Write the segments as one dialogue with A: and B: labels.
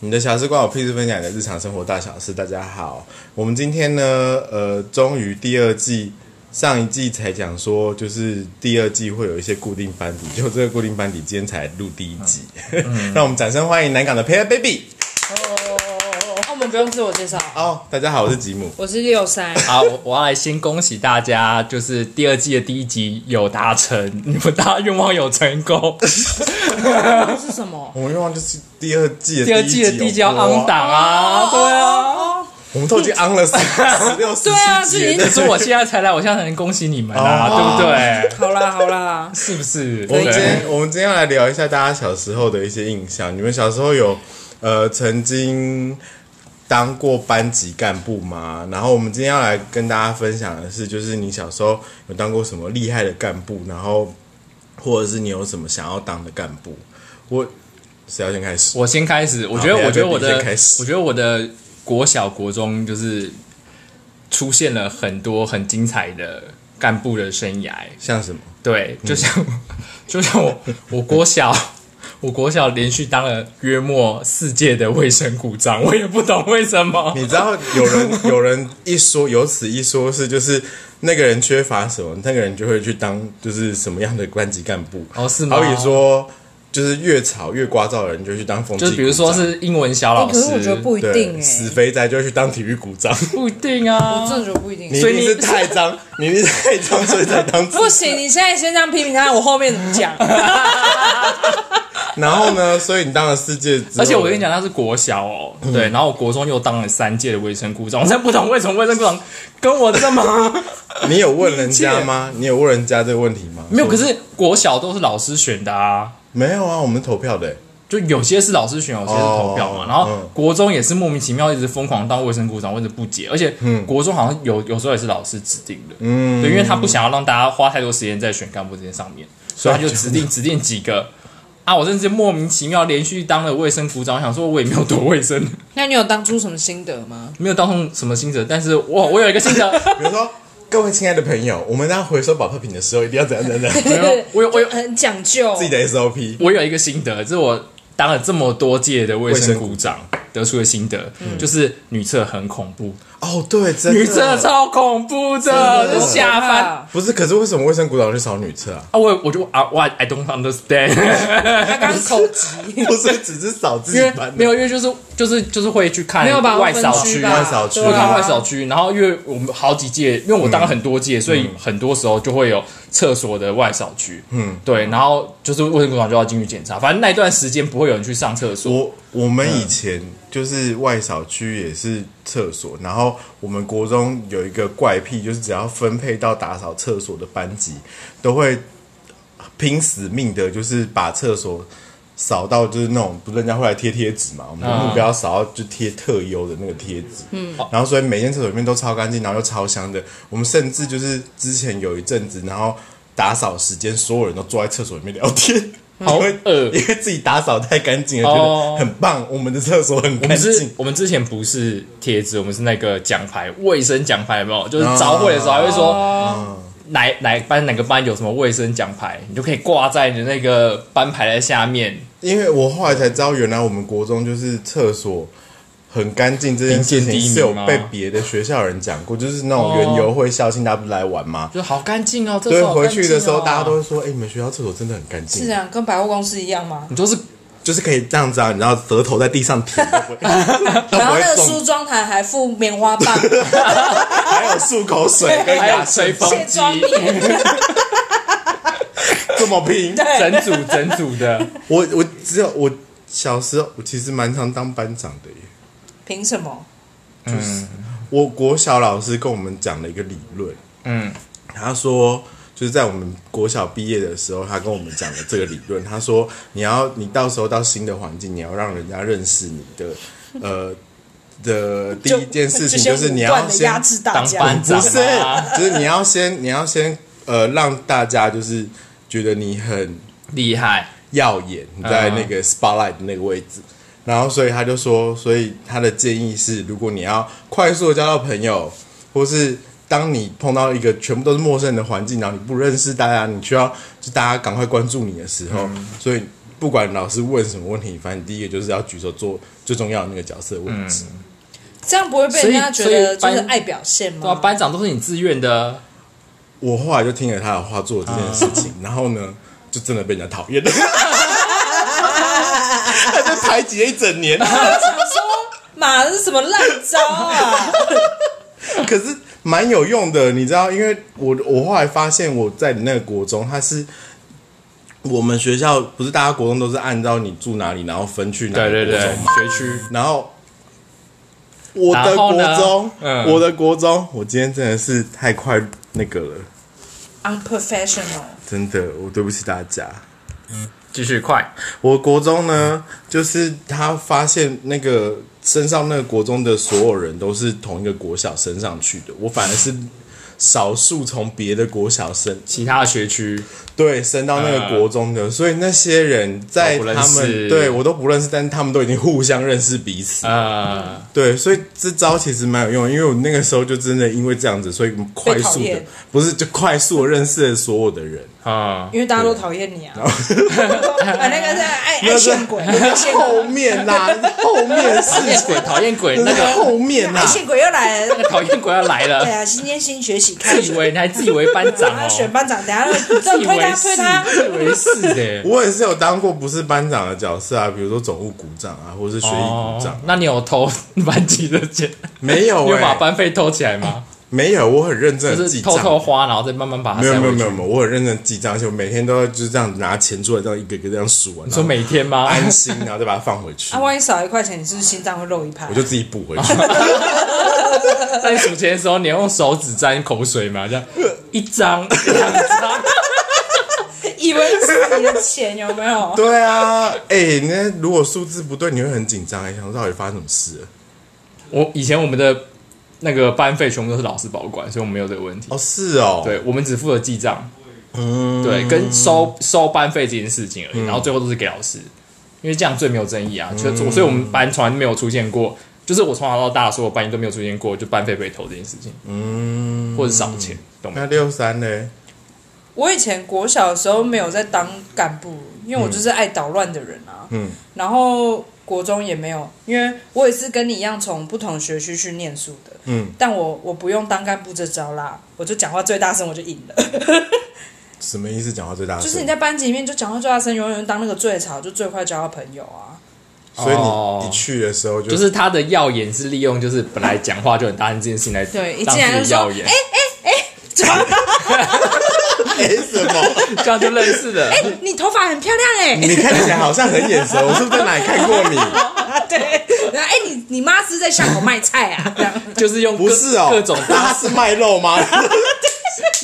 A: 你的小事关我屁事，分享你的日常生活大小事。大家好，我们今天呢，呃，终于第二季，上一季才讲说，就是第二季会有一些固定班底，就这个固定班底今天才录第一集， 让我们掌声欢迎南港的 Pair Baby。
B: 我们不用自我介绍，
A: 哦，大家好，我是吉姆。
B: 我是六三，
C: 好，我我要来先恭喜大家，就是第二季的第一集有达成，你们大家愿望有成 功。
B: 这是什么？
A: 我们愿望就是第哦二季的
C: 第二季的第一集要
A: 档，
C: on 档啊，对啊。
B: 哦，
A: 我们都已经 on 了十十 六十
B: 对啊
A: 七
B: 是
A: 集
B: 你
A: 了
C: 可。是我现在才来，我现在才能恭喜你们啊，
A: 哦
C: 对不对？
B: 好啦好啦，
C: 是不是？
A: 我们今
C: 对
A: 天我们今天要来聊一下大家小时候的一些印象。你们小时候有呃曾经当过班级干部吗？然后我们今天要来跟大家分享的是，就是你小时候有当过什么厉害的干部，然后或者是你有什么想要当的干部？我谁要先开始？
C: 我先开始，我觉
A: 好
C: 得，我觉得我
A: 你
C: 的
A: 先开，始
C: 我觉得我的国小、国中就是出现了很多很精彩的干部的生涯。
A: 像什么？
C: 对，
A: 嗯
C: 就像、 就像我我国小，我国小连续当了约莫四届的卫生股长，我也不懂为什么。
A: 你知道有人 有人一说有此一说是就是那个人缺乏什么，那个人就会去当就是什么样的班级干部。
C: 哦是吗
A: 好比说，就是越吵越聒噪的人就去当风纪
C: 就
A: 股长，
C: 是比如说是英文小老
B: 可
C: 师，
B: 是我觉得不一定
A: 对
B: 哎，
A: 死肥宅就会去当体育股长。
C: 不一定啊
B: 我。真的觉得不一定
A: 你一。
C: 所以
A: 定
C: 你
A: 是太 脏，你一定是太脏，所以才当。
B: 不行，你现在先这样批评他，我后面怎么讲？
A: 然后呢，所以你当了世界之后，
C: 而且我跟你讲，他是国小哦，
A: 嗯
C: 对，然后我国中又当了三届的卫生股长，我真的不懂为什么卫生股长跟我这
A: 嗯
C: 么
A: 你有问人家吗？你有问人家这个问题吗？
C: 没有。可是国小都是老师选的啊，
A: 没有啊，我们投票的、
C: 就有些是老师选，有些是投票嘛。
A: 哦
C: 然后
A: 嗯
C: 国中也是莫名其妙一直疯狂当卫生股长，我一直不解。而且国中好像有有时候也是老师指定的，
A: 嗯，
C: 对，因为他不想要让大家花太多时间在选干部这件上面，所以他就
A: 所以就
C: 指定指定几个。啊！我真的是莫名其妙连续当了卫生股长，我想说我也没有多卫生，
B: 那你有当初什么心得吗？
C: 没有当上什么新者，但是我我有一个新者，
A: 比如说，各位亲爱的朋友，我们在回收保特瓶的时候，一定要怎样怎样怎样。
C: 没有我有我有
B: 很讲究
A: 自，己的 SOP。
C: 我有一个心得，这是我当了这么多届的卫生股长得出的心得，就是女厕很恐怖，
A: 哦，对，真
C: 女厕
A: 的。
C: 超恐怖
A: 的
C: 的，下翻
A: 不是，可是为什么卫生股长去扫女厕啊？
C: 啊！我我就啊，我 I don't understand，
B: 他 刚口急，
A: 不是，只是扫自己
C: 因为
A: 班的
C: 没有，因为就是就是就是会去看
B: 没有吧？
C: 外扫区，
B: 吧
A: 外扫区
C: 会
B: 对
C: 看
B: 啊
C: 外扫区，然后因为我们好几届，因为我当了很多届，所以很多时候就会有厕所的外扫区，嗯，对，然后就是卫生股长就要进去检查，反正那段时间不会有人去上厕所，嗯
A: 我我们以前就是外扫区也是厕所，然后我们国中有一个怪癖，就是只要分配到打扫厕所的班级，都会拼死命的，就是把厕所扫到就是那种不是人家会来贴贴纸嘛，我们的目标扫到就贴特优的那个贴纸，嗯，然后所以每间厕所里面都超干净，然后又超香的。我们甚至就是之前有一阵子，然后打扫时间，所有人都坐在厕所里面聊天。
C: 好
A: 因为
C: 恶
A: 因为自己打扫太干净了，觉
C: 哦
A: 得很棒。我们的厕所很
C: 我
A: 干
C: 们是
A: 净，，
C: 我们之前不是贴纸，我们是那个奖牌，卫生奖牌有没有？就是招会的时候还会说哪哪班哪个班有什么卫生奖牌，你就可以挂在你的那个班牌的下面。
A: 因为我后来才知道，原来我们国中就是厕所很干净这件事
C: 民间
A: 情
C: 第一
A: 是有
C: 名吗哦
A: 被别的学校人讲过，就是那种园游会、校庆，大家不是来玩吗？
C: 就好干净哦，这
A: 对，
C: 时候好
A: 回
C: 干净哦
A: 去的时候大家都会说：“哎、你们学校厕所真的很干
B: 是
A: 净，
B: 啊，跟百货公司一样吗？
C: 你就是
A: 就是可以这样子啊，你知道舌头在地上舔，都不会都
B: 然
A: 不
B: 后那
A: 会
B: 个梳
A: 中，
B: 妆台还附棉花棒，
A: 还有漱口水 跟
C: 还
A: 牙
C: 有
A: 齿
C: 吹风
B: 卸
C: 机，
B: 妆棉，
A: 这么拼。”
C: 整组整组的，
A: 我我只有我小时候，我其实蛮常当班长的耶。
B: 凭什么？
A: 我国小老师跟我们讲了一个理论，
C: 嗯，
A: 他说就是在我们国小毕业的时候，他跟我们讲的这个理论，他说你要你到时候到新的环境，你要让人家认识你的，呃的第一件事情就是你要
B: 先武断地压
A: 先
B: 制大家，
C: 当班
A: 不是
C: 长啊，
A: 就是你要先你要先呃让大家就是觉得你很
C: 厉害，
A: 耀眼，在那个 spotlight 的那个位置。然后，所以他就说，所以他的建议是，如果你要快速的交到朋友，或是当你碰到一个全部都是陌生人的环境，然后你不认识大家，你需要就大家赶快关注你的时候，所以不管老师问什么问题，反正你第一个就是要举手做最重要的那个角色的位置。
B: 这样不会被人家觉
C: 所以
B: 得
C: 所以
B: 就
C: 班
B: 是爱表现
C: 对啊，
B: 吗？
C: 班长都是你自愿的，
A: 我后来就听了他的话做了这件事情，然后呢，就真的被人家讨厌了，他就排挤了一整年。
B: 我想说，妈，这是什么烂招 啊？
A: 可是蛮有用的，你知道，因为我我后来发现我在你那个国中，它是我们学校不是大家国中都是按照你住哪里，然后分去哪
C: 对
A: 里国
C: 对对，
A: 中嘛。
C: 学区
A: 然后我的
C: 然后
A: 国
C: 呢
A: 中，
C: 嗯
A: 我的国中，我今天真的是太快那个了，
B: unprofessional。
A: 真的，我对不起大家。
C: 继续快，
A: 我国中呢，就是他发现那个升上那个国中的所有人都是同一个国小升上去的，我反而是少数从别的国小升
C: 其他的学区
A: 对升到那个国中的，所以那些人在
C: 啊都不认
A: 他们
C: 识
A: 对我都不认识，但是他们都已经互相认识彼此。
C: 呃，
A: 对，所以这招其实蛮有用，因为我那个时候就真的因为这样子，所以快
B: 被讨
A: 速的
B: 厌
A: 不是就快速地认识了所有的人。
C: 啊、
B: 因为大家都讨厌你啊！ 啊，那个是爱爱线 鬼，
A: 那
B: 爱
A: 是
B: 线
A: 后
B: 鬼，
A: 面啦， 后面的事
C: 讨厌
A: 情
C: 鬼，，讨厌鬼，
A: 那
C: 那
A: 是
C: 个
A: 后面啊啦
B: 爱。线鬼又来了。
C: 讨厌鬼要来
B: 对
C: 了，
B: 啊，今天新学期开
C: 自以
B: 学，
C: 为你还自以为班长
B: 然后选
C: 哦，
B: 班长，等下
C: 自
B: 推
C: 以为
B: 他推
C: 是，
B: 他，
C: 自以为 是的。
A: 我也是有当过不是班长的角色啊，比如说总务股长啊，或是学艺股长
C: 哦，，那你有偷班级的钱？
A: 没有
C: 你有
A: 欸
C: 把班费偷起来吗？
A: 没有，我很认真
C: 就
A: 地
C: 是
A: 记
C: 偷
A: 账，
C: 偷花，然后再慢慢把它
A: 没有
C: 塞
A: 没有
C: 回
A: 没
C: 去
A: 有。没有，我很认真记账，而且我每天都要就是这样拿钱出来，这样一个一个这样数完，
C: 你说每天吗？
A: 然后安心，然后再把它放回去
B: 啊，，万一少一块钱，你是不是心脏会漏一拍
A: 我？就自己补 回去。
C: 在你数钱的时候，你要用手指沾口水嘛？这样一张 两张，
B: 以为是你的钱有没有？
A: 对啊，哎，那如果数字不对，你会很紧张，哎，想说到底发生什么事了？
C: 我以前我们的那个班费全部都是老师保管，所以我们没有这个问题。
A: 哦，是哦，，
C: 对，我们只负责记账，
A: 嗯，
C: 对，跟收收班费这件事情而已，然后最后都是给老师，因为这样最没有争议啊。就我所以我们班从来没有出现过，就是我从小到大所有班级都没有出现过就班费被偷这件事情，嗯，或者少钱，懂吗？
A: 那六三呢？
B: 我以前国小的时候没有在当干部，因为我就是爱捣乱的人啊。
A: 嗯，
B: 然后国中也没有，因为我也是跟你一样从不同学区去念书的。
A: 嗯，
B: 但我我不用当干部这招啦，我就讲话最大声，我就赢了。
A: 什么意思？讲话最大声，
B: 就是你在班级里面就讲话最大声，永远当那个最吵，就最快交到朋友啊。
A: 所以
C: 哦
A: 你你去的时候就
C: 就是他的耀眼是利用，就是本来讲话就很大声这件事情来
B: 对一
C: 当
B: 进来
C: 自己
B: 就说
C: 耀眼，
A: 哎什么？
C: 这样就认识了。
B: 哎、你头发很漂 亮哎、
A: 你看起来好像很眼熟，我是不是在哪里看过你？
B: 对，然后哎、你你妈是不是在巷口卖菜啊？这样
C: 就是用各
A: 不是哦，
C: 各种
A: 那
C: 搭
A: 他是卖肉 吗？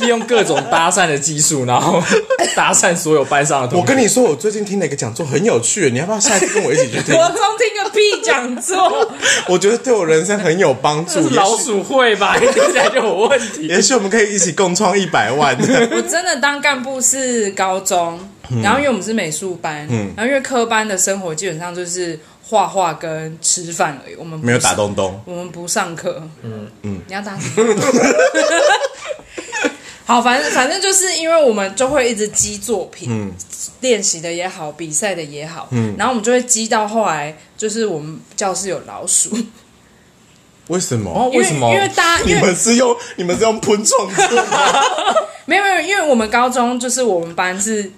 C: 利用各种搭讪的技术，然后 搭讪所有班上的同学。
A: 我跟你说，我最近听了一个讲座，很有趣，你要不要下一次跟我一起去听？
B: 国中听个屁讲座，
A: 我觉得对我人生很有帮
C: 这
A: 助。
C: 是老
A: 也许，
C: 鼠会 吧？听起来就有问题。
A: 也许我们可以一起共创一百万。
B: 我真的当干部是高中，然后因为我们是美术班，然后因为科班的生活基本上就是画画跟吃饭而已，我们 不
A: 没有打东东，
B: 我们不上课。嗯嗯，你要打什么？ 好，反正反正就是因为我们就会一直积作品，练习的也好，比赛的也好，然后我们就会积到后来，就是我们教室有老鼠，
A: 为什 么？
C: 哦，为什么
B: 因为？因为大家
A: 你
B: 因为
A: 们是用你们是用喷撞的？
B: 没有没有，因为我们高中就是我们班是。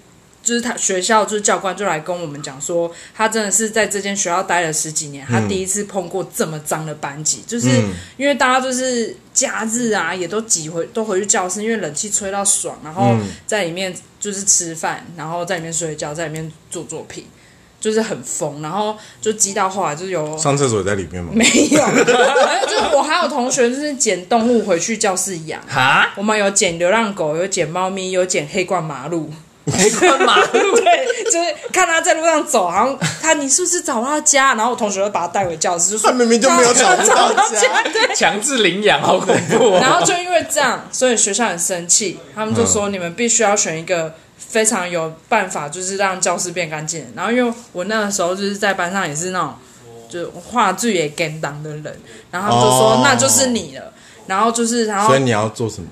B: 就是他学校就是教官就来跟我们讲说，他真的是在这间学校待了十几年，他第一次碰过这么脏的班级，就是因为大家就是假日啊，也都挤回都回去教室，因为冷气吹到爽，然后在里面就是吃饭，然后在里面睡觉，在里面做作品，就是很疯，然后就激到后来就是有
A: 上厕所也在里面吗？
B: 没有， 反正就是我还有同学就是捡动物回去教室养，
C: 哈，
B: 我们有捡流浪狗，有捡猫咪，有捡黑冠麻鹭。
C: 没干嘛？
B: 哎对，就是看他在路上走，好像他你是不是找不到家？然后我同学就把他带回教室，就说
A: 他明明就没有找不到
B: 他
A: 家。
B: 家。对，
C: 强制领养，好恐怖
B: 然后
C: 哦！
B: 就因为这样，所以学校很生气，他们就说你们必须要选一个非常有办法，就是让教室变干净的。然后因为我那个时候就是在班上也是那种就是话剧也敢当的人，然后他们就说、
A: 哦
B: 那就是你了。然后就是，
C: 哦
B: 然后
A: 所以你要做什么？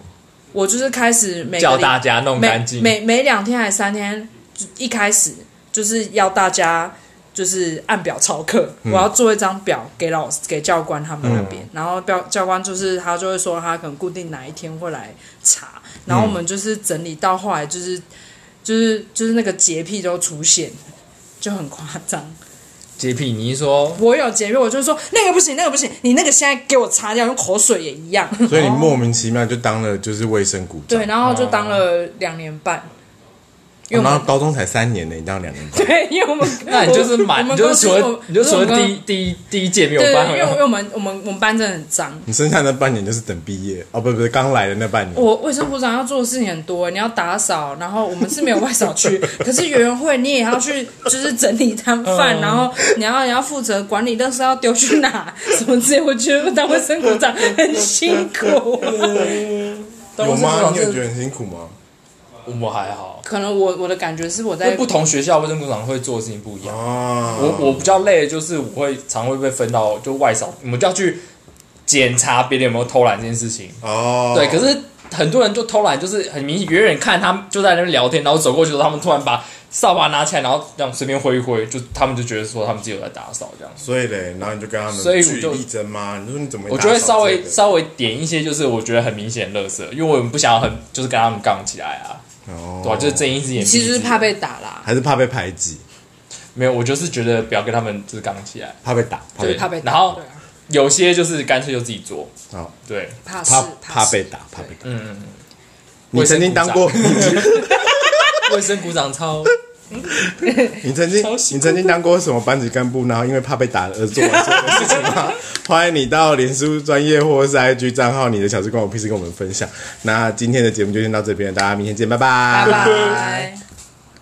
B: 我就是开始每个
C: 叫
B: 礼拜
C: 大家弄
B: 每
C: 干净。
B: 每每两天还是三天，就一开始就是要大家就是按表操课，
A: 嗯
B: 我要做一张表给老师给教官他们那边，然后教教官就是他就会说他可能固定哪一天会来查，然后我们就是整理到后来就是就是就是那个洁癖都出现，就很夸张。
C: 洁癖，你一说
B: 我有洁癖，我就说那个不行，那个不行，你那个现在给我擦掉，用口水也一样。
A: 所以你莫名其妙就当了就是卫生股长
B: 对，，然后就当了两年半，因
A: 哦
B: 为我
A: 然
B: 们
A: 后高中才三年呢，你当两年半，
B: 对，因为我们
C: 那你就是
B: 我
C: 满，
B: 们
C: 你就是除
B: 公司我
C: 了
B: 们
C: 你就除
B: 我
C: 了
B: 们公
C: 第一第一第一届没有
B: 对，
C: 班
B: 因为因为我们我们我们班真的很脏。
A: 你剩下那半年就是等毕业哦，不不，刚来的那半
C: 哦
A: 年，
B: 我卫生部长要做的事情很多，你要打扫，然后我们是没有外扫区，可是园员会你也要去，就是整理摊贩，
C: 嗯
B: 然后你要你要负责管理，但是要丢去哪什么之类，我觉得当卫生股长很辛 苦。
A: 有吗？你有
C: 这
A: 觉得很辛苦吗？
C: 我们还好，
B: 可能我我的感觉是我
C: 在
B: 在
C: 不同学校卫生股长会做的事情不一样。
A: 啊，
C: 我我比较累的就是我会常会被分到就外扫，我们就要去检查别人有没有偷懒这件事情。
A: 哦，
C: 对，可是很多人就偷懒，就是很明显，远远看他们就在那边聊天，然后走过去的时候，他们突然把扫把拿起来，然后这样随便挥一挥，就他们就觉得说他们自己有在打扫这样。
A: 所以嘞，然后你就跟他们
C: 所以我
A: 据
C: 就
A: 力争吗？你说你怎么？
C: 我就会稍微稍微点一些，就是我觉得很明显的垃圾，因为我们不想要很就是跟他们杠起来啊，
A: 哦，
C: 对吧、就是睁一只眼闭一
B: 其
C: 只眼。
B: 实就是怕被打啦，
A: 还是怕被排挤，
C: 没有，我就是觉得不要跟他们就是杠起来。
A: 怕被打，怕被
C: 对
B: 怕被打，
C: 然后
B: 对啊
C: 有些就是干脆就自己做，
A: 哦，
C: 对，
B: 怕
A: 怕
B: 事
A: 怕
B: 事
A: 被打，怕被打。嗯，你
C: 卫生
A: 曾经当过，
C: 卫生股长超
A: 你曾经
C: 超辛苦
A: 你曾经当过什么班级干部，然后因为怕被打而做完这的事情吗？ 欢迎你到脸书专业或是 IG 账号，你的小事关我屁事跟我们分享。那今天的节目就先到这边，大家明天见，拜拜。
B: 拜。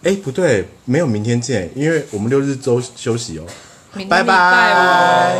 B: 拜，
A: 哎，不对，没有明天见，因为我们六日周休息哦。
B: 明天
A: 拜
B: 礼拜五
A: 拜。